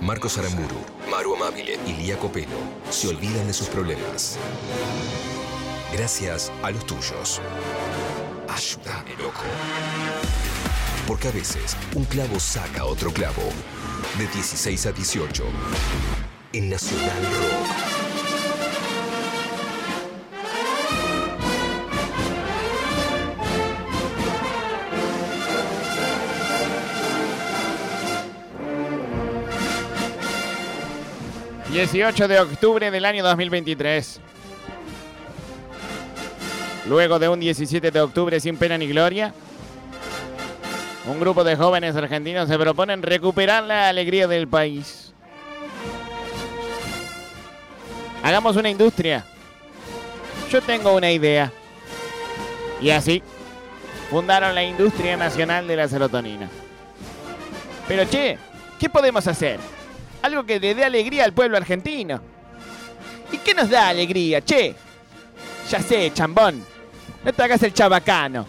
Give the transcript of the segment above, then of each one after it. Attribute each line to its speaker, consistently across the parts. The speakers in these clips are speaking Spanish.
Speaker 1: Marcos Aramburu, Maru Amabile y Lía Copelo se olvidan de sus problemas. Gracias a los tuyos. Ayuda, loco. Porque a veces un clavo saca otro clavo. De 16 a 18. En Nacional Rock.
Speaker 2: ¿no? 18 de octubre del año 2023. Luego de un 17 de octubre sin pena ni gloria, un grupo de jóvenes argentinos se proponen recuperar la alegría del país. Hagamos una industria. Yo tengo una idea. Y así fundaron la Industria Nacional de la Serotonina. Pero che, ¿qué podemos hacer? Algo que le dé alegría al pueblo argentino. ¿Y qué nos da alegría, che? Ya sé, chambón. No te hagas el chabacano.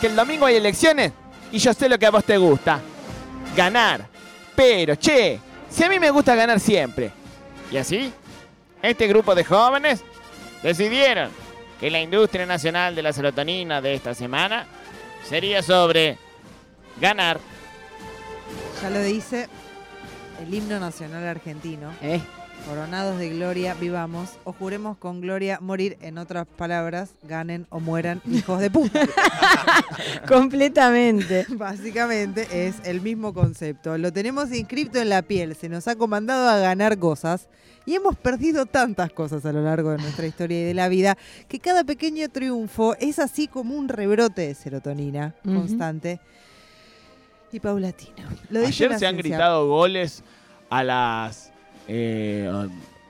Speaker 2: Que el domingo hay elecciones y yo sé lo que a vos te gusta. Ganar. Pero, che, si a mí me gusta ganar siempre. Y así, este grupo de jóvenes decidieron que la industria nacional de la serotonina de esta semana sería sobre ganar.
Speaker 3: Ya lo dice el himno nacional argentino.
Speaker 2: ¿Eh?
Speaker 3: Coronados de gloria, vivamos o juremos con gloria morir. En otras palabras, ganen o mueran hijos de puta.
Speaker 4: Completamente.
Speaker 3: Básicamente es el mismo concepto. Lo tenemos inscripto en la piel. Se nos ha comandado a ganar cosas y hemos perdido tantas cosas a lo largo de nuestra historia y de la vida que cada pequeño triunfo es así como un rebrote de serotonina
Speaker 4: Ujú.
Speaker 3: constante y paulatino. Lo dice
Speaker 2: Ayer
Speaker 3: la
Speaker 2: se han
Speaker 3: ciencia.
Speaker 2: gritado goles a las eh,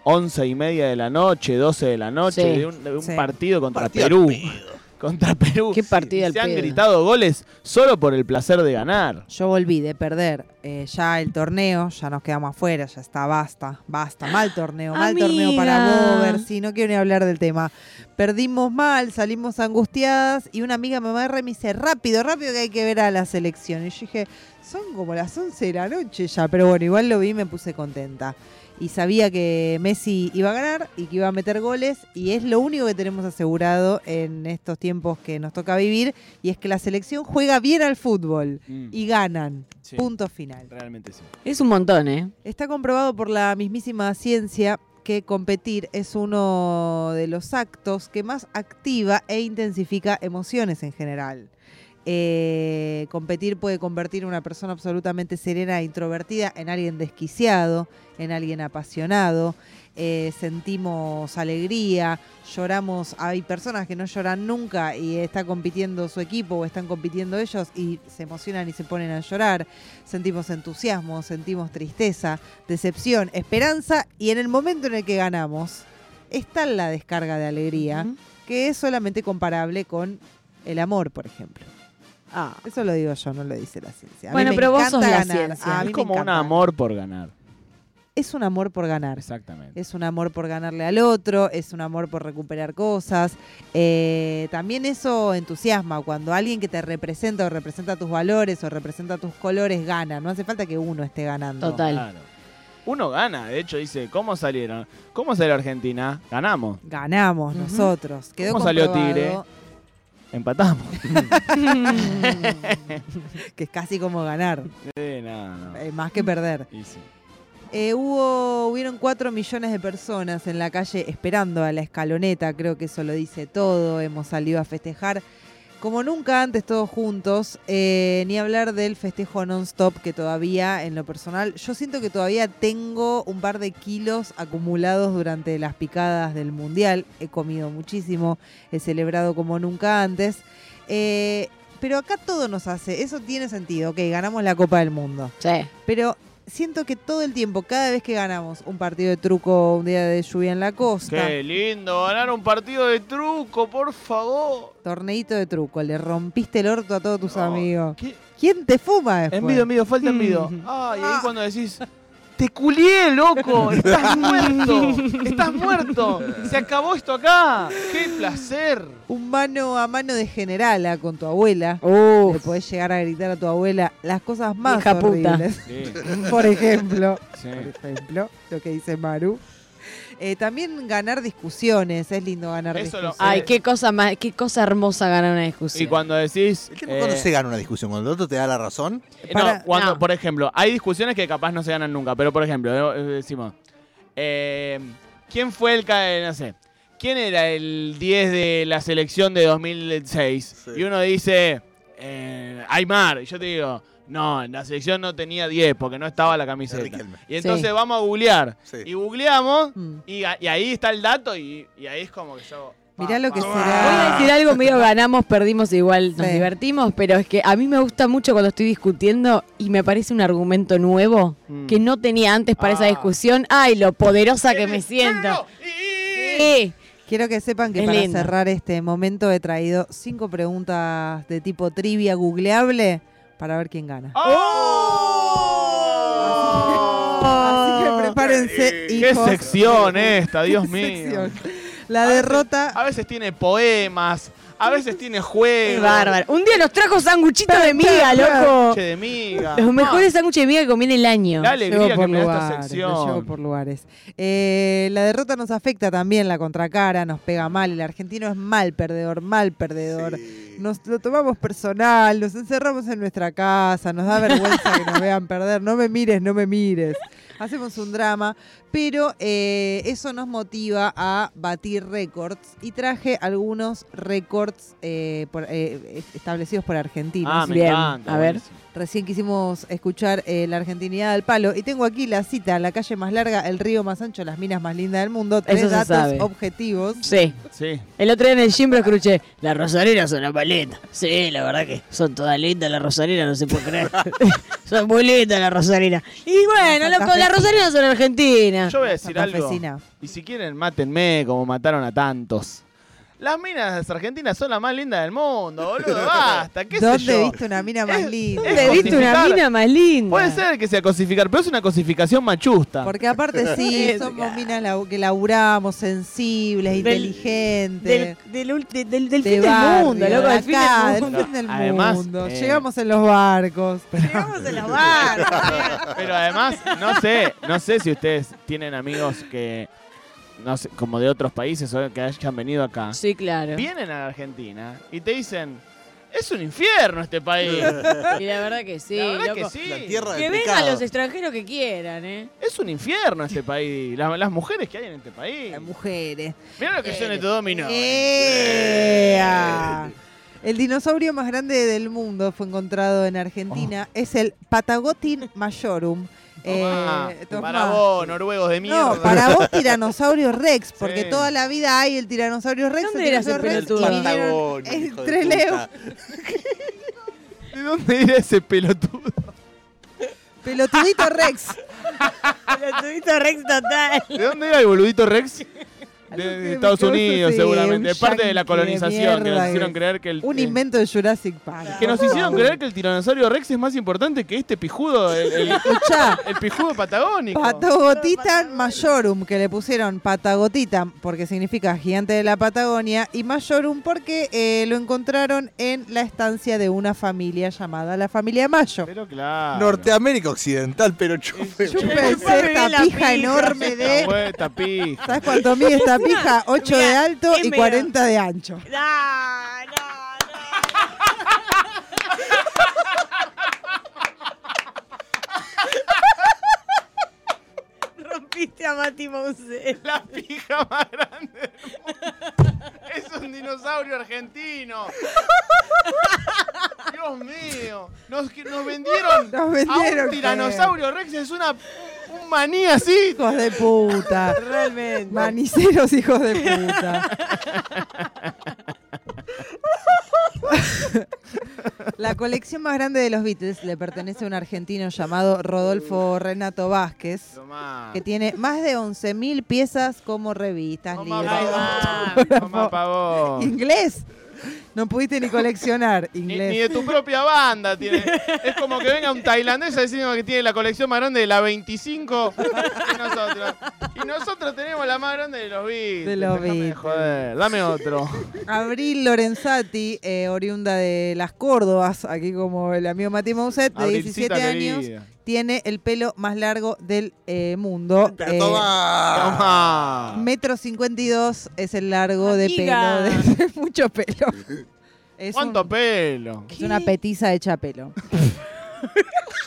Speaker 2: once y media de la noche, 12 de la noche,
Speaker 4: Sí.
Speaker 2: de un, de un
Speaker 3: Sí.
Speaker 2: partido contra
Speaker 5: Partido al
Speaker 2: Perú.
Speaker 5: pedo.
Speaker 2: Contra Perú.
Speaker 4: Qué partido al
Speaker 2: Se han
Speaker 4: pedo.
Speaker 2: gritado goles solo por el placer de ganar.
Speaker 3: Yo volví de perder eh, ya el torneo, ya nos quedamos afuera, ya está, basta, basta, mal torneo, mal torneo para
Speaker 4: Amiga.
Speaker 3: Bober, sí, no quiero ni hablar del tema. Perdimos mal, salimos angustiadas y una amiga me agarra y me dice, rápido, rápido que hay que ver a la selección. Y yo dije, son como las 11 de la noche ya, pero bueno, igual lo vi y me puse contenta. Y sabía que Messi iba a ganar y que iba a meter goles y es lo único que tenemos asegurado en estos tiempos que nos toca vivir y es que la selección juega bien al fútbol y ganan.
Speaker 2: Sí.
Speaker 3: Punto final.
Speaker 2: Realmente sí.
Speaker 4: Es un montón, ¿eh?
Speaker 3: Está comprobado por la mismísima ciencia que competir es uno de los actos que más activa e intensifica emociones en general. Eh, competir puede convertir a una persona absolutamente serena e introvertida en alguien desquiciado, en alguien apasionado. Eh, sentimos alegría, lloramos. Hay personas que no lloran nunca y está compitiendo su equipo o están compitiendo ellos y se emocionan y se ponen a llorar. Sentimos entusiasmo, sentimos tristeza, decepción, esperanza y en el momento en el que ganamos está la descarga de alegría
Speaker 4: Ujú.
Speaker 3: que es solamente comparable con el amor, por ejemplo.
Speaker 4: Ah.
Speaker 3: Eso lo digo yo, no lo dice la ciencia. A mí
Speaker 4: Bueno,
Speaker 3: me
Speaker 4: pero vos sos
Speaker 3: encanta
Speaker 4: la
Speaker 3: ganar.
Speaker 4: ciencia.
Speaker 3: A
Speaker 2: Es
Speaker 3: mí me
Speaker 2: como un
Speaker 3: encanta.
Speaker 2: amor por ganar.
Speaker 3: Es un amor por ganar.
Speaker 2: Exactamente.
Speaker 3: Es un amor por ganarle al otro, es un amor por recuperar cosas. Eh, también eso entusiasma cuando alguien que te representa o representa tus valores o representa tus colores gana. No hace falta que uno esté ganando.
Speaker 4: Total.
Speaker 2: Claro. Uno gana, de hecho, dice, ¿cómo salieron? ¿Cómo salió Argentina? Ganamos,
Speaker 3: Ganamos
Speaker 4: Ujú.
Speaker 3: nosotros. Quedó
Speaker 2: ¿Cómo salió
Speaker 3: comprobado
Speaker 2: empatamos.
Speaker 3: Que es casi como ganar,
Speaker 2: Sí, no, no.
Speaker 3: eh, más que perder.
Speaker 2: Y sí.
Speaker 3: Eh, hubo, hubieron 4 millones de personas en la calle esperando a la escaloneta, creo que eso lo dice todo, hemos salido a festejar. Como nunca antes todos juntos, eh, ni hablar del festejo non-stop que todavía, en lo personal, yo siento que todavía tengo un par de kilos acumulados durante las picadas del Mundial. He comido muchísimo, he celebrado como nunca antes. Eh, pero acá todo nos hace, eso tiene sentido, ok, ganamos la Copa del Mundo.
Speaker 4: Sí.
Speaker 3: Pero siento que todo el tiempo, cada vez que ganamos un partido de truco, un día de lluvia en la costa,
Speaker 2: Qué lindo, ganar un partido de truco, por favor.
Speaker 3: torneito de truco, le rompiste el orto a todos tus
Speaker 2: No,
Speaker 6: Oh,
Speaker 3: amigos.
Speaker 2: ¿Qué?
Speaker 3: ¿Quién te fuma después?
Speaker 2: Envido, envido, falta envido.
Speaker 4: Mm.
Speaker 2: Ay, ahí
Speaker 3: Ah.
Speaker 2: cuando decís,
Speaker 6: Te culié, loco. Estás muerto. Estás muerto. Se acabó esto acá. Qué placer.
Speaker 3: Un mano a mano de generala con tu abuela. Le
Speaker 4: Uf,
Speaker 3: podés llegar a gritar a tu abuela las cosas más
Speaker 4: Hija puta.
Speaker 3: horribles.
Speaker 2: Sí,
Speaker 3: Por ejemplo.
Speaker 2: sí.
Speaker 3: por ejemplo, lo que dice Maru. Eh, también ganar discusiones, es lindo ganar
Speaker 6: Eso lo-
Speaker 3: discusiones.
Speaker 4: ay, qué cosa más, qué cosa hermosa ganar una discusión.
Speaker 2: Y cuando decís.
Speaker 7: El tema es cuando
Speaker 2: eh,
Speaker 7: se gana una discusión, cuando el otro te da la razón.
Speaker 2: no,
Speaker 3: Para-
Speaker 2: cuando,
Speaker 4: no.
Speaker 2: por ejemplo, hay discusiones que capaz no se ganan nunca, pero por ejemplo, eh, decimos. eh, ¿Quién fue el. ca- eh, No sé. ¿Quién era el 10 de la selección de 2006?
Speaker 7: Sí.
Speaker 2: Y uno dice. eh, Aymar. Y yo te digo. No, la selección no tenía 10 porque no estaba la camiseta.
Speaker 7: Riquelme.
Speaker 2: Y entonces
Speaker 4: Sí.
Speaker 2: vamos a googlear.
Speaker 7: Sí.
Speaker 2: Y googleamos.
Speaker 3: Mm.
Speaker 2: Y, a- y ahí está el dato y, y ahí es como que yo... pa,
Speaker 3: Mirá lo
Speaker 2: pa,
Speaker 3: que
Speaker 2: pa.
Speaker 4: Voy a
Speaker 3: será.
Speaker 4: decir algo medio ganamos, perdimos, igual nos
Speaker 3: Sí.
Speaker 4: divertimos, pero es que a mí me gusta mucho cuando estoy discutiendo y me parece un argumento nuevo
Speaker 2: Mm.
Speaker 4: que no tenía antes para esa
Speaker 2: Ah.
Speaker 4: discusión. Ay, lo poderosa que me
Speaker 2: No,
Speaker 4: siento.
Speaker 2: no, no. Y- y- y-
Speaker 4: Sí.
Speaker 3: Quiero que sepan que
Speaker 4: Es
Speaker 3: para
Speaker 4: lindo.
Speaker 3: cerrar este momento he traído cinco preguntas de tipo trivia googleable para ver quién gana.
Speaker 2: Oh.
Speaker 3: Así que prepárense,
Speaker 2: ¡Qué
Speaker 3: hijos.
Speaker 2: sección esta, Dios mío!
Speaker 3: Sección. La derrota.
Speaker 2: A veces tiene poemas, a veces tiene
Speaker 4: Qué
Speaker 2: juegos.
Speaker 4: bárbaro. Un día nos trajo sanguchitos de miga, loco.
Speaker 2: Che de miga. Ah,
Speaker 4: Los mejores sándwiches de miga que comí en el año.
Speaker 2: La alegría que me da esta
Speaker 3: no llego
Speaker 2: sección.
Speaker 3: por lugares. Eh, la derrota nos afecta también, la contracara nos pega mal. El argentino es mal perdedor, mal perdedor. Nos lo tomamos personal, nos encerramos en nuestra casa, nos da vergüenza que nos vean perder. No me mires, no me mires. Hacemos un drama, pero eh, eso nos motiva a batir récords. Y traje algunos récords eh, por- eh, establecidos por argentinos.
Speaker 2: Ah, me
Speaker 4: Bien,
Speaker 2: encanta.
Speaker 4: a ver.
Speaker 2: buenísimo.
Speaker 3: Recién quisimos escuchar eh, la Argentinidad al palo y tengo aquí la cita, la calle más larga, el río más ancho, las minas más lindas del mundo, tres
Speaker 4: Eso se
Speaker 3: datos
Speaker 4: sabe.
Speaker 3: objetivos.
Speaker 4: Sí.
Speaker 2: Sí.
Speaker 4: El otro día en el gym lo escuché. Las rosarinas son las más lindas. Sí, la verdad que son todas lindas las rosarinas, no se puede creer. son muy lindas las rosarinas. Y bueno,
Speaker 3: Santa
Speaker 4: loco,
Speaker 3: Fe.
Speaker 4: las rosarinas son argentinas.
Speaker 2: Yo voy a decir
Speaker 3: Santa
Speaker 2: algo. Y si quieren, mátenme como mataron a tantos. Las minas argentinas son las más lindas del mundo, boludo. Basta, ¿qué sé
Speaker 3: ¿Dónde
Speaker 2: yo?
Speaker 3: viste una mina más
Speaker 2: Es-
Speaker 3: linda?
Speaker 4: ¿Dónde viste una
Speaker 2: justificar.
Speaker 4: mina más linda?
Speaker 2: Puede ser que sea cosificar, pero es una cosificación machusta.
Speaker 3: Porque aparte sí, somos minas lau- que laburamos, sensibles,
Speaker 4: Del- Del,
Speaker 3: inteligentes.
Speaker 4: del ul- de- del- del
Speaker 3: de
Speaker 4: fin del
Speaker 3: barrio,
Speaker 4: mundo, loco,
Speaker 3: de
Speaker 4: del fin
Speaker 3: acá,
Speaker 4: del mundo.
Speaker 3: del fin del
Speaker 2: Además,
Speaker 3: mundo.
Speaker 2: eh,
Speaker 3: Llegamos en los barcos.
Speaker 4: Llegamos en los barcos.
Speaker 2: Pero además, no sé, no sé si ustedes tienen amigos que, no sé, como de otros países o que hayan venido acá.
Speaker 4: Sí, claro.
Speaker 2: Vienen a la Argentina y te dicen, es un infierno este país.
Speaker 4: Y la verdad que sí,
Speaker 2: la verdad
Speaker 4: loco.
Speaker 2: que sí.
Speaker 7: La tierra
Speaker 4: Que
Speaker 7: del
Speaker 4: vengan
Speaker 7: pecado.
Speaker 4: los extranjeros que quieran, ¿eh?
Speaker 2: Es un infierno este país. Las, las mujeres que hay en este país.
Speaker 3: Las mujeres.
Speaker 2: Mirá lo que son estos dominos.
Speaker 3: Eh, ¡Ea! El dinosaurio más grande del mundo fue encontrado en Argentina.
Speaker 2: Oh.
Speaker 3: Es el Patagotin majorum.
Speaker 2: Tomá,
Speaker 3: Eh, tomá.
Speaker 2: para vos, noruegos de mierda.
Speaker 3: No, para vos tiranosaurio rex, porque
Speaker 2: Sí.
Speaker 3: toda la vida hay el tiranosaurio rex,
Speaker 4: ¿Dónde
Speaker 3: el
Speaker 4: era ese
Speaker 3: tiranosaurio rex
Speaker 4: pelotudo?
Speaker 3: y vinieron
Speaker 7: Patagonia, hijo de
Speaker 3: entre Leo.
Speaker 7: puta.
Speaker 2: ¿De dónde era ese pelotudo?
Speaker 3: pelotudito rex.
Speaker 4: Pelotudito Rex total.
Speaker 2: ¿De dónde era el boludito Rex? De,
Speaker 3: Algo que-
Speaker 2: Estados
Speaker 3: que vos
Speaker 2: Unidos,
Speaker 3: decís,
Speaker 2: seguramente.
Speaker 3: un
Speaker 2: Es parte de la
Speaker 3: yankee de
Speaker 2: colonización, que nos
Speaker 3: mierda,
Speaker 2: hicieron
Speaker 3: que-
Speaker 2: creer que el.
Speaker 3: Un
Speaker 2: eh,
Speaker 3: invento de Jurassic Park.
Speaker 2: que nos
Speaker 3: por
Speaker 2: hicieron
Speaker 3: favor.
Speaker 2: creer que el tiranosaurio Rex es más importante que este pijudo, el, el-
Speaker 3: Escuchá,
Speaker 2: el pijudo patagónico.
Speaker 3: Patagotitan Majorum, que le pusieron Patagotita porque significa gigante de la Patagonia, y Majorum porque eh, lo encontraron en la estancia de una familia llamada la familia Mayo.
Speaker 2: Pero claro.
Speaker 7: Norteamérica Occidental, pero chupe.
Speaker 3: Yo
Speaker 7: chupe.
Speaker 3: pensé esta
Speaker 4: la pija.
Speaker 3: pija enorme
Speaker 2: Esta
Speaker 3: de...
Speaker 2: vuelta, pija.
Speaker 3: ¿Sabes cuánto mide esta pija? 8 de
Speaker 4: Mirá,
Speaker 3: alto
Speaker 4: es
Speaker 3: y
Speaker 4: medio-
Speaker 3: 40 de ancho.
Speaker 4: No, no, no. Rompiste a Mati Mouse.
Speaker 2: La pija más grande del mundo. Es un dinosaurio argentino. Dios mío. Nos, que- nos vendieron,
Speaker 3: Nos vendieron
Speaker 2: a un
Speaker 3: que-
Speaker 2: tiranosaurio Rex. Es una, un maní así.
Speaker 3: Hijos de puta.
Speaker 4: Realmente.
Speaker 3: Maniceros, hijos de puta. La colección más grande de los Beatles le pertenece a un argentino llamado Rodolfo Renato Vázquez,
Speaker 2: Tomá.
Speaker 3: que tiene más de 11.000 piezas como revistas,
Speaker 2: Tomá
Speaker 3: libros.
Speaker 2: pa' vos. Tomá pa' vos.
Speaker 3: Inglés. No pudiste ni coleccionar
Speaker 2: Ni,
Speaker 3: inglés.
Speaker 2: ni de tu propia banda tiene. Es como que venga un tailandés a decirnos que tiene la colección más grande de la 25 que nosotros. Y nosotros tenemos la más grande de los Beatles.
Speaker 3: De los
Speaker 2: Déjame de
Speaker 3: Beatles.
Speaker 2: Joder, dame otro.
Speaker 3: Abril Lorenzati, eh, oriunda de las Córdobas, aquí como el amigo Mati Mousset, de
Speaker 2: Abrilcita
Speaker 3: 17 años,
Speaker 2: querida.
Speaker 3: tiene el pelo más largo del eh, mundo. Eh,
Speaker 7: Toma.
Speaker 2: Tomá.
Speaker 3: Metro 52 es el largo
Speaker 4: Amiga.
Speaker 3: de pelo, de, mucho pelo. Es
Speaker 2: ¿Cuánto
Speaker 3: un-
Speaker 2: pelo?
Speaker 3: Es una petiza hecha a pelo.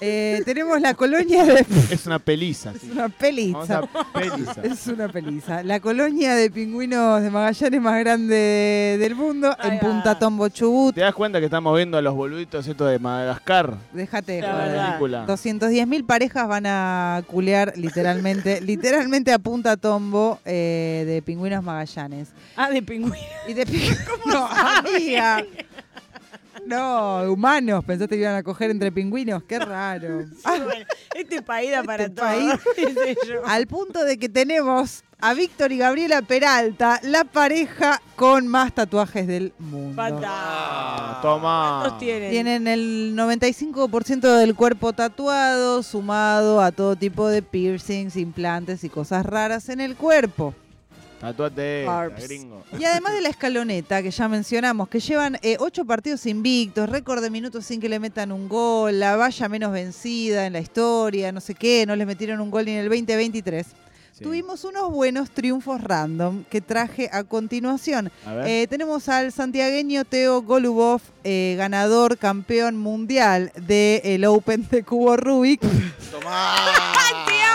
Speaker 3: Eh, tenemos la colonia de...
Speaker 2: Es una peliza.
Speaker 3: Es
Speaker 2: sí.
Speaker 3: una
Speaker 2: Vamos
Speaker 3: peliza.
Speaker 2: a peliza.
Speaker 3: Es una peliza. La colonia de pingüinos de Magallanes más grande del mundo,
Speaker 4: Ahí
Speaker 3: en
Speaker 4: va.
Speaker 3: Punta Tombo, Chubut.
Speaker 2: ¿Te das cuenta que estamos viendo a los boluditos estos de Madagascar?
Speaker 3: Déjate, de
Speaker 4: La
Speaker 3: joder.
Speaker 4: verdad.
Speaker 2: Película.
Speaker 3: 210.000 parejas van a culear literalmente, literalmente a punta tombo eh, de pingüinos magallanes.
Speaker 4: Ah, de pingüino.
Speaker 3: Y de ping- no, amiga. No, humanos, pensaste que iban a coger entre pingüinos, qué raro.
Speaker 4: Bueno, este país da para
Speaker 3: Este
Speaker 4: todo.
Speaker 3: país.
Speaker 4: Dice yo.
Speaker 3: Al punto de que tenemos a Víctor y Gabriela Peralta, la pareja con más tatuajes del mundo.
Speaker 4: Pata.
Speaker 2: Toma.
Speaker 4: ¿Cuántos tienen?
Speaker 3: Tienen el 95% del cuerpo tatuado, sumado a todo tipo de piercings, implantes y cosas raras en el cuerpo.
Speaker 2: Tatuate esta,
Speaker 3: Arps.
Speaker 2: gringo.
Speaker 3: Y además de la escaloneta que ya mencionamos, que llevan eh, ocho partidos invictos, récord de minutos sin que le metan un gol, la valla menos vencida en la historia, no sé qué, no les metieron un gol ni en el 2023.
Speaker 2: Sí.
Speaker 3: Tuvimos unos buenos triunfos random que traje a continuación.
Speaker 2: A ver.
Speaker 3: Eh, tenemos al santiagueño Teo Golubov, eh, ganador campeón mundial del Open de Cubo Rubik.
Speaker 7: Toma.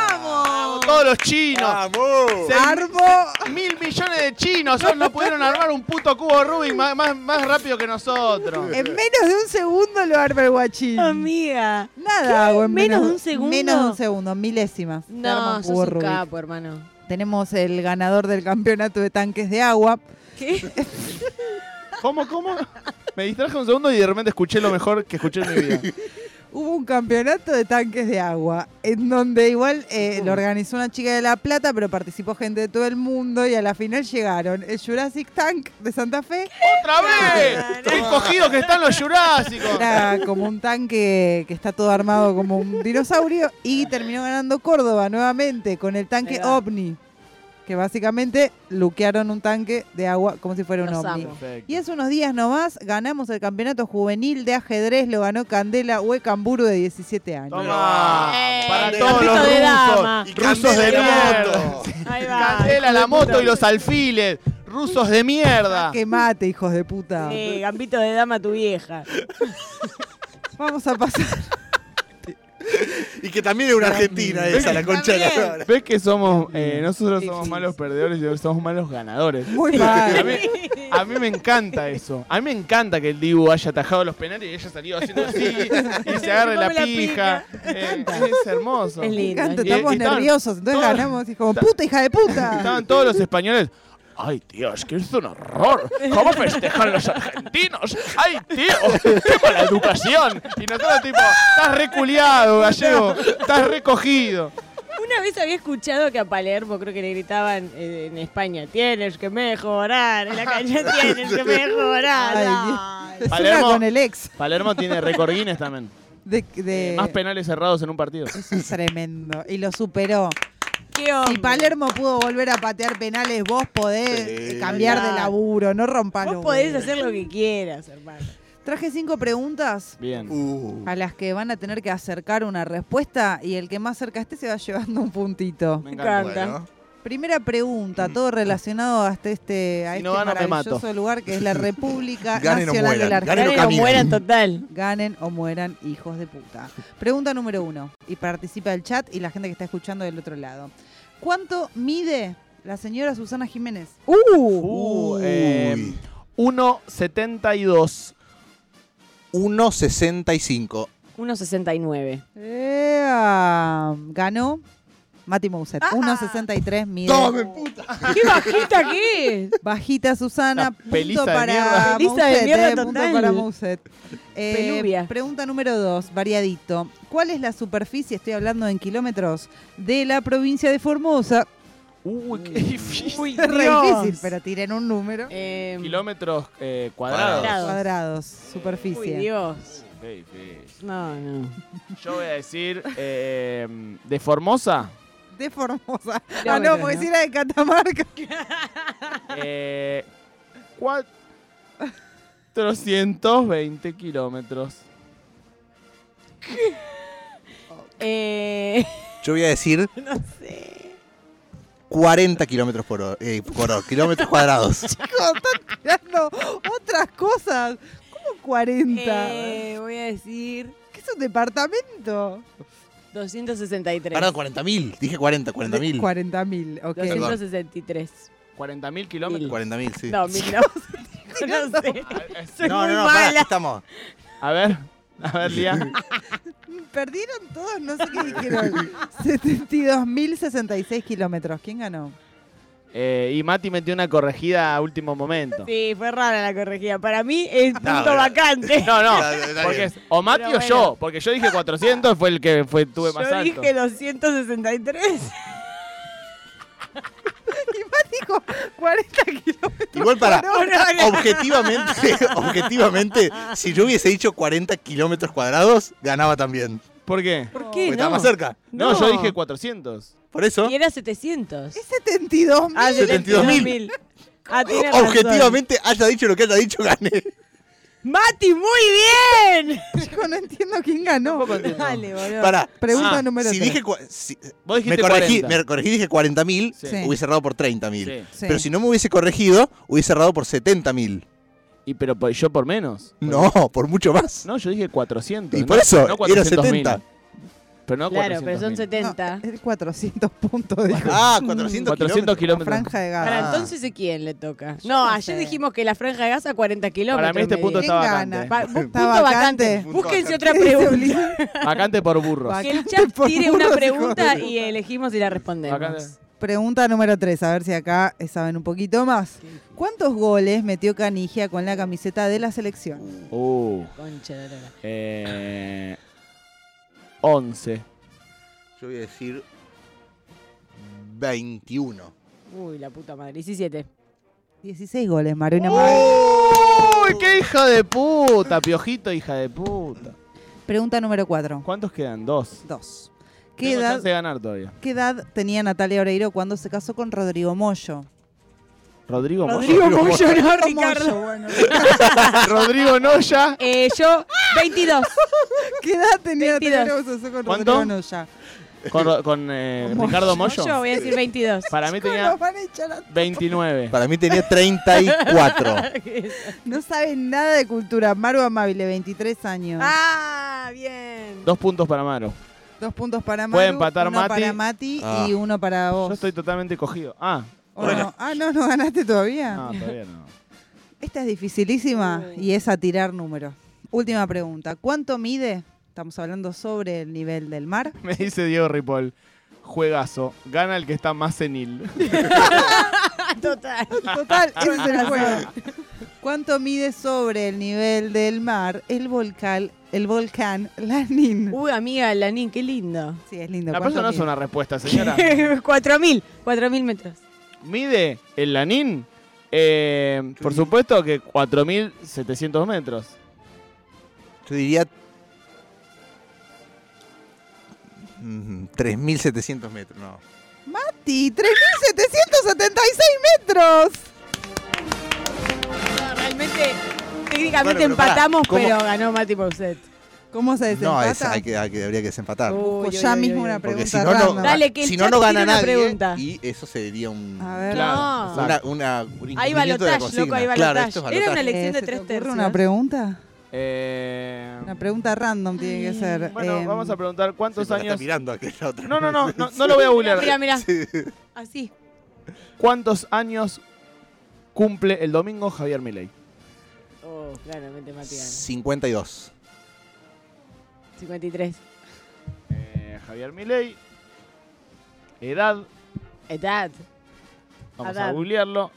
Speaker 2: Bravo, Todos los chinos.
Speaker 7: Vamos.
Speaker 3: Armo
Speaker 2: Mil millones de chinos. Ellos no pudieron armar un puto cubo Rubik más, más- más rápido que nosotros.
Speaker 3: en menos de un segundo lo arma el guachín.
Speaker 4: Amiga.
Speaker 3: Nada,
Speaker 4: ¿Qué?
Speaker 3: hago en
Speaker 4: ¿Menos de un segundo?
Speaker 3: Menos de un segundo, milésimas. Se arma
Speaker 4: No,
Speaker 3: un
Speaker 4: sos
Speaker 3: cubo
Speaker 4: un
Speaker 3: Rubik.
Speaker 4: capo, hermano.
Speaker 3: Tenemos el ganador del campeonato de tanques de agua.
Speaker 4: ¿Qué?
Speaker 2: ¿Cómo, cómo? Me distraje un segundo y de repente escuché lo mejor que escuché en mi vida.
Speaker 3: Hubo un campeonato de tanques de agua, en donde igual eh, lo organizó una chica de La Plata, pero participó gente de todo el mundo y a la final llegaron el Jurassic Tank de Santa Fe,
Speaker 2: ¡Otra vez! ¡Qué encogidos que están los
Speaker 4: Oh.
Speaker 2: jurásicos!
Speaker 3: era como un tanque que está todo armado como un dinosaurio, y terminó ganando Córdoba nuevamente con el tanque
Speaker 4: Ahí va.
Speaker 3: OVNI, que básicamente luquearon un tanque de agua como si fuera un
Speaker 4: Los
Speaker 3: OVNI.
Speaker 4: amo.
Speaker 2: Perfecto.
Speaker 3: Y hace unos días nomás ganamos el campeonato juvenil de ajedrez, lo ganó Candela Huecamburu de 17 años.
Speaker 2: Toma.
Speaker 4: Eh,
Speaker 2: Para
Speaker 7: el
Speaker 2: todos los
Speaker 4: campito de dama.
Speaker 2: rusos.
Speaker 7: Y
Speaker 2: Rusos de
Speaker 4: candela
Speaker 7: la
Speaker 2: mierda.
Speaker 7: moto.
Speaker 4: Ahí va.
Speaker 2: Candela, la moto y los alfiles. Rusos de mierda.
Speaker 3: Que mate, hijos de puta.
Speaker 4: Eh, gambito de dama tu vieja.
Speaker 3: Vamos a pasar.
Speaker 7: Y que también es una argentina esa, la concha de la
Speaker 4: También.
Speaker 7: lora.
Speaker 2: ¿Ves que somos, eh, nosotros somos
Speaker 3: Difícil.
Speaker 2: malos perdedores y somos malos ganadores?
Speaker 3: Muy
Speaker 2: A
Speaker 3: mal.
Speaker 2: mí, a mí me encanta eso. A mí me encanta que el Dibu haya atajado los penales y haya salido haciendo así y se agarre la
Speaker 4: Chupame la
Speaker 2: pija. Eh, es hermoso.
Speaker 4: Es
Speaker 3: Me
Speaker 4: lindo.
Speaker 3: encanta,
Speaker 4: Y- y
Speaker 3: estamos
Speaker 2: estaban
Speaker 3: nerviosos. Entonces
Speaker 2: todas-
Speaker 3: ganamos y como, puta, hija de puta.
Speaker 2: Estaban todos los españoles. Ay, tío, es que es un horror. ¿Cómo festejan los argentinos? Ay, tío, qué mala educación. Y nosotros, tipo, estás reculeado, gallego. Estás recogido.
Speaker 4: Una vez había escuchado que a Palermo creo que le gritaban eh, en España, tienes que mejorar, en la calle tienes que mejorar.
Speaker 3: Ay,
Speaker 4: Ay.
Speaker 3: Es una
Speaker 2: Palermo.
Speaker 3: con el ex.
Speaker 2: Palermo tiene récord Guinness también.
Speaker 3: De, de-
Speaker 2: Eh, Más penales cerrados en un partido.
Speaker 3: Eso es tremendo. Y lo superó.
Speaker 4: Qué
Speaker 3: Si
Speaker 4: hombre.
Speaker 3: Palermo pudo volver a patear penales, vos podés
Speaker 7: Sí.
Speaker 3: eh, cambiar de laburo, no rompa
Speaker 4: Vos
Speaker 3: los
Speaker 4: podés
Speaker 3: huevos.
Speaker 4: hacer lo que quieras, hermano.
Speaker 3: Traje cinco preguntas
Speaker 2: Bien.
Speaker 7: Uh.
Speaker 3: a las que van a tener que acercar una respuesta y el que más cerca esté se va llevando un puntito.
Speaker 2: Me
Speaker 4: Me
Speaker 2: encanta.
Speaker 4: encanta.
Speaker 7: Bueno.
Speaker 3: Primera pregunta,
Speaker 7: Mm.
Speaker 3: todo relacionado hasta este, a
Speaker 2: Si
Speaker 3: este
Speaker 2: no gano, me
Speaker 3: maravilloso lugar que es la República
Speaker 7: Ganen o
Speaker 3: Nacional de la
Speaker 7: mueran,
Speaker 3: Argentina.
Speaker 7: ganen
Speaker 4: Dale
Speaker 7: o
Speaker 4: lo
Speaker 7: caminen.
Speaker 4: muera total.
Speaker 3: Ganen o mueran, hijos de puta. Pregunta número uno, y participa el chat y la gente que está escuchando del otro lado. ¿Cuánto mide la señora Susana Jiménez?
Speaker 2: Uh,
Speaker 7: Uy.
Speaker 2: eh, 1.72.
Speaker 7: 1.65.
Speaker 4: 1.69.
Speaker 3: ea, ganó Mati Mouset, 1.63 mide.
Speaker 7: ¡Tome, puta!
Speaker 4: ¡Qué bajita que es!
Speaker 3: Bajita Susana,
Speaker 2: La
Speaker 3: punto
Speaker 2: peliza de
Speaker 3: para
Speaker 2: mierda.
Speaker 4: Peliza de
Speaker 3: Mousset,
Speaker 4: mierda
Speaker 3: eh, punto
Speaker 4: total.
Speaker 3: para Mousset. Eh,
Speaker 4: Peluvia.
Speaker 3: pregunta número dos, variadito. ¿Cuál es la superficie, estoy hablando en kilómetros, de la provincia de Formosa?
Speaker 2: Mm. Uy, qué difícil.
Speaker 4: Uy,
Speaker 3: Es re
Speaker 4: Dios.
Speaker 3: difícil, pero tiren un número.
Speaker 4: Eh,
Speaker 2: Kilómetros eh, cuadrados.
Speaker 4: Cuadrados.
Speaker 3: Cuadrados,
Speaker 4: uy,
Speaker 3: superficie.
Speaker 4: Dios.
Speaker 2: Qué difícil.
Speaker 4: No, no.
Speaker 2: Yo voy a decir eh, de Formosa.
Speaker 3: De Formosa.
Speaker 4: No,
Speaker 3: ah, no,
Speaker 4: pero
Speaker 3: porque
Speaker 4: no.
Speaker 3: si era de Catamarca.
Speaker 2: Eh, 420 kilómetros.
Speaker 4: Eh,
Speaker 7: Yo voy a decir
Speaker 4: no sé.
Speaker 7: 40 kilómetros por hora. eh, por hora, kilómetros cuadrados.
Speaker 3: Chicos, están tirando otras cosas. ¿Cómo 40?
Speaker 4: Eh, voy a decir
Speaker 3: ¿Qué es un departamento?
Speaker 4: 263.
Speaker 7: Perdón, 40.000. Dije 40, 40.000.
Speaker 3: 40.000, ok.
Speaker 4: 263.
Speaker 2: 40.000 kilómetros.
Speaker 7: 40.000, sí.
Speaker 4: No, mil no. no sé. Soy
Speaker 7: no,
Speaker 4: muy
Speaker 7: no, no, pará,
Speaker 4: mala.
Speaker 7: aquí estamos.
Speaker 2: A ver, a ver, Lía.
Speaker 3: Perdieron todos, no sé qué dijeron. 72.066 kilómetros. ¿Quién ganó?
Speaker 2: Eh, y Mati metió una corregida a último momento.
Speaker 4: Sí, fue rara la corregida. Para mí es punto
Speaker 7: pero-
Speaker 4: vacante.
Speaker 2: No, no.
Speaker 7: Está- está
Speaker 2: Porque
Speaker 7: bien.
Speaker 2: es o Mati
Speaker 4: Pero
Speaker 2: o yo.
Speaker 4: bueno.
Speaker 2: Porque yo dije 400, fue el que fue, tuve más
Speaker 4: Yo
Speaker 2: alto.
Speaker 4: dije 263.
Speaker 3: Y más dijo 40 kilómetros.
Speaker 7: Igual para.
Speaker 4: No, no, no.
Speaker 7: Objetivamente, objetivamente, si yo hubiese dicho 40 kilómetros cuadrados, ganaba también.
Speaker 2: ¿Por qué?
Speaker 4: ¿Por
Speaker 7: Porque
Speaker 4: qué
Speaker 7: estaba
Speaker 4: no?
Speaker 7: más cerca.
Speaker 2: No,
Speaker 4: No.
Speaker 2: yo dije 400.
Speaker 7: Por eso,
Speaker 4: Y era 700.
Speaker 3: Es 72.000.
Speaker 4: Ah,
Speaker 7: 72.000.
Speaker 4: 72.000. Ah, tiene razón.
Speaker 7: objetivamente, haya dicho lo que haya dicho, gané.
Speaker 4: Mati, muy bien.
Speaker 3: Chico, no entiendo quién ganó.
Speaker 4: Dale, boludo.
Speaker 7: Para.
Speaker 3: Pregunta
Speaker 2: Ah,
Speaker 3: número
Speaker 7: si
Speaker 3: 3.
Speaker 7: dije. cua- si-
Speaker 2: Vos
Speaker 7: me,
Speaker 2: dijiste
Speaker 7: corregí,
Speaker 2: 40.
Speaker 7: me corregí, dije 40.000,
Speaker 2: Sí.
Speaker 3: Sí.
Speaker 7: hubiese cerrado por 30.000.
Speaker 2: Sí.
Speaker 3: Sí.
Speaker 7: Pero si no me hubiese corregido, hubiese cerrado por 70.000.
Speaker 2: Y pero por- yo por menos.
Speaker 7: No, por mucho más.
Speaker 2: No, yo dije 400.
Speaker 7: Y
Speaker 2: no-
Speaker 7: por eso,
Speaker 2: no
Speaker 7: era
Speaker 2: 400.000.
Speaker 7: 70.
Speaker 2: Pero no
Speaker 4: Claro, pero
Speaker 2: 400.000.
Speaker 4: son 70.
Speaker 3: No, es 400 puntos, dijo.
Speaker 7: Ah, 400,
Speaker 2: 400
Speaker 7: kilómetros.
Speaker 2: kilómetros.
Speaker 3: Franja de Gaza.
Speaker 4: Para
Speaker 7: Ah.
Speaker 4: entonces, ¿a quién le toca?
Speaker 3: No
Speaker 4: No, ayer
Speaker 3: sé.
Speaker 4: dijimos que la franja de gas a 40 kilómetros.
Speaker 2: Para mí este
Speaker 4: me
Speaker 2: punto
Speaker 4: dijo.
Speaker 2: está
Speaker 3: ¿Quién
Speaker 2: vacante.
Speaker 3: gana?
Speaker 4: Pa- bu-
Speaker 3: Está
Speaker 4: punto
Speaker 3: vacante.
Speaker 4: vacante.
Speaker 7: Punto
Speaker 4: Búsquense
Speaker 7: vacante.
Speaker 4: otra
Speaker 3: Dice
Speaker 4: pregunta.
Speaker 3: Ulises.
Speaker 2: Vacante por burros.
Speaker 3: Vac-
Speaker 4: Que el
Speaker 3: Vacante
Speaker 4: chat
Speaker 3: por
Speaker 4: tire una
Speaker 3: burros, hijo
Speaker 4: pregunta
Speaker 3: de
Speaker 4: y elegimos y la respondemos.
Speaker 2: Vacante.
Speaker 3: Pregunta número 3, a ver si acá eh, saben un poquito más. ¿Cuántos goles metió Canigia con la camiseta de la selección?
Speaker 2: Uh,
Speaker 4: Concha de la lora.
Speaker 2: eh, 11.
Speaker 7: Yo voy a decir 21.
Speaker 4: Uy, la puta madre. 17.
Speaker 3: 16 goles, Mariana Mar-
Speaker 2: ¡Uy! ¡Qué hija de puta! Piojito, hija de puta.
Speaker 3: Pregunta número 4.
Speaker 2: ¿Cuántos quedan? Dos.
Speaker 3: 2. ¿Qué
Speaker 2: Tengo
Speaker 3: edad,
Speaker 2: chance de ganar todavía.
Speaker 3: qué edad tenía Natalia Oreiro cuando se casó con Rodrigo Mollo?
Speaker 2: Rodrigo Moya.
Speaker 4: Rodrigo Moyo, no,
Speaker 3: Mollo,
Speaker 4: Ricardo.
Speaker 3: bueno.
Speaker 2: Rodrigo Noya.
Speaker 4: Eh, yo, 22.
Speaker 3: ¿Qué edad tenía
Speaker 4: 22.
Speaker 3: Natalia Oreiro cuando se casó con
Speaker 2: ¿Cuánto?
Speaker 3: Rodrigo Noya?
Speaker 2: Con, Ro- con, eh,
Speaker 3: Moyo.
Speaker 2: Ricardo
Speaker 4: Yo
Speaker 2: Moyo.
Speaker 4: voy a decir 22.
Speaker 2: Para mí
Speaker 3: No,
Speaker 2: tenía
Speaker 3: van a echar a-
Speaker 2: 29.
Speaker 7: Para mí tenía 34.
Speaker 3: no saben nada de cultura. Maru Amabile, 23 años.
Speaker 4: ah, bien.
Speaker 2: Dos puntos para Maro.
Speaker 3: Dos puntos para Maru,
Speaker 2: Puede empatar
Speaker 3: uno
Speaker 2: Mati.
Speaker 3: para Mati
Speaker 7: Ah.
Speaker 3: y uno para vos.
Speaker 2: Yo estoy totalmente cogido. Ah,
Speaker 3: ¿O no? Ah, no, no ganaste todavía.
Speaker 2: no, todavía no.
Speaker 3: Esta es dificilísima y es a tirar números. Última pregunta. ¿Cuánto mide? Estamos hablando sobre el nivel del mar.
Speaker 2: Me dice Diego Ripoll. Juegazo. Gana el que está más senil.
Speaker 4: Ah, Total.
Speaker 3: Total, ese es el juego. ¿Cuánto mide sobre el nivel del mar el volcán, el volcán Lanín?
Speaker 4: Uy, amiga, Lanín, qué lindo.
Speaker 3: Sí, es lindo.
Speaker 2: La persona
Speaker 3: ¿Cuánto
Speaker 2: no es
Speaker 3: mide?
Speaker 2: una respuesta, señora.
Speaker 4: 4000, 4000 metros.
Speaker 2: Mide el lanín, eh, por supuesto que 4.700 metros.
Speaker 7: Yo diría. mm, 3.700 metros, no.
Speaker 3: Mati, 3.776 metros.
Speaker 4: No, realmente, técnicamente
Speaker 7: Bueno, pero pará,
Speaker 4: empatamos,
Speaker 7: ¿cómo?
Speaker 4: pero ganó Mati Pauset.
Speaker 3: ¿Cómo se
Speaker 7: No,
Speaker 3: desempata?
Speaker 7: es- hay que, hay que- habría que desempatar.
Speaker 4: Uy,
Speaker 3: Busco
Speaker 4: uy,
Speaker 3: ya
Speaker 4: uy,
Speaker 3: mismo
Speaker 4: uy,
Speaker 3: una
Speaker 4: uy.
Speaker 7: Porque
Speaker 3: pregunta
Speaker 7: si no, no,
Speaker 3: random.
Speaker 4: Dale, que el
Speaker 7: si
Speaker 4: chat
Speaker 7: no, no gana
Speaker 4: tire una
Speaker 7: nadie.
Speaker 4: pregunta.
Speaker 7: Y eso sería un.
Speaker 3: A ver.
Speaker 4: No.
Speaker 2: exacto.
Speaker 7: Una, una, un
Speaker 4: Hay
Speaker 7: incumplimiento de la
Speaker 4: balotaje, loco, hay
Speaker 7: consigna.
Speaker 4: balotaje.
Speaker 7: Claro, esto es
Speaker 4: Era una
Speaker 7: balotaje.
Speaker 4: elección
Speaker 3: Eh,
Speaker 4: de
Speaker 3: ¿se te
Speaker 4: tres
Speaker 3: ocurre
Speaker 4: tercios.
Speaker 3: una pregunta?
Speaker 2: Eh,
Speaker 3: Una pregunta random tiene que ser.
Speaker 2: bueno,
Speaker 3: Em,
Speaker 2: vamos a preguntar
Speaker 7: Sí,
Speaker 2: cuántos
Speaker 7: pero la está
Speaker 2: años.
Speaker 7: mirando aquella otra.
Speaker 2: No, no, no, no, no lo voy a
Speaker 4: Mira,
Speaker 2: googlear.
Speaker 4: mira. Así.
Speaker 2: ¿Cuántos años cumple el domingo Javier Milei?
Speaker 4: Oh, claramente Mati ganó.
Speaker 7: 52.
Speaker 4: 53.
Speaker 2: Eh, Javier Milei, edad,
Speaker 4: Edad.
Speaker 2: vamos a
Speaker 4: Edad.
Speaker 2: googlearlo.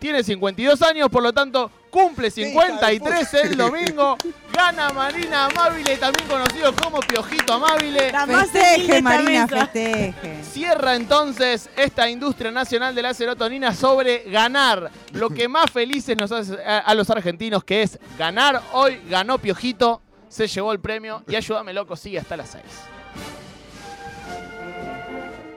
Speaker 2: tiene 52 años, por lo tanto cumple 53 el domingo. Gana Marina Amabile, también conocido como Piojito Amabile.
Speaker 8: La más humilde
Speaker 3: Festeje,
Speaker 8: esta
Speaker 3: Marina,
Speaker 8: mesa.
Speaker 3: festeje.
Speaker 2: Cierra entonces esta industria nacional de la serotonina sobre ganar. Lo que más felices nos hace a, a los argentinos, que es ganar. Hoy ganó Piojito, se llevó el premio y ayúdame loco, sigue hasta las 6.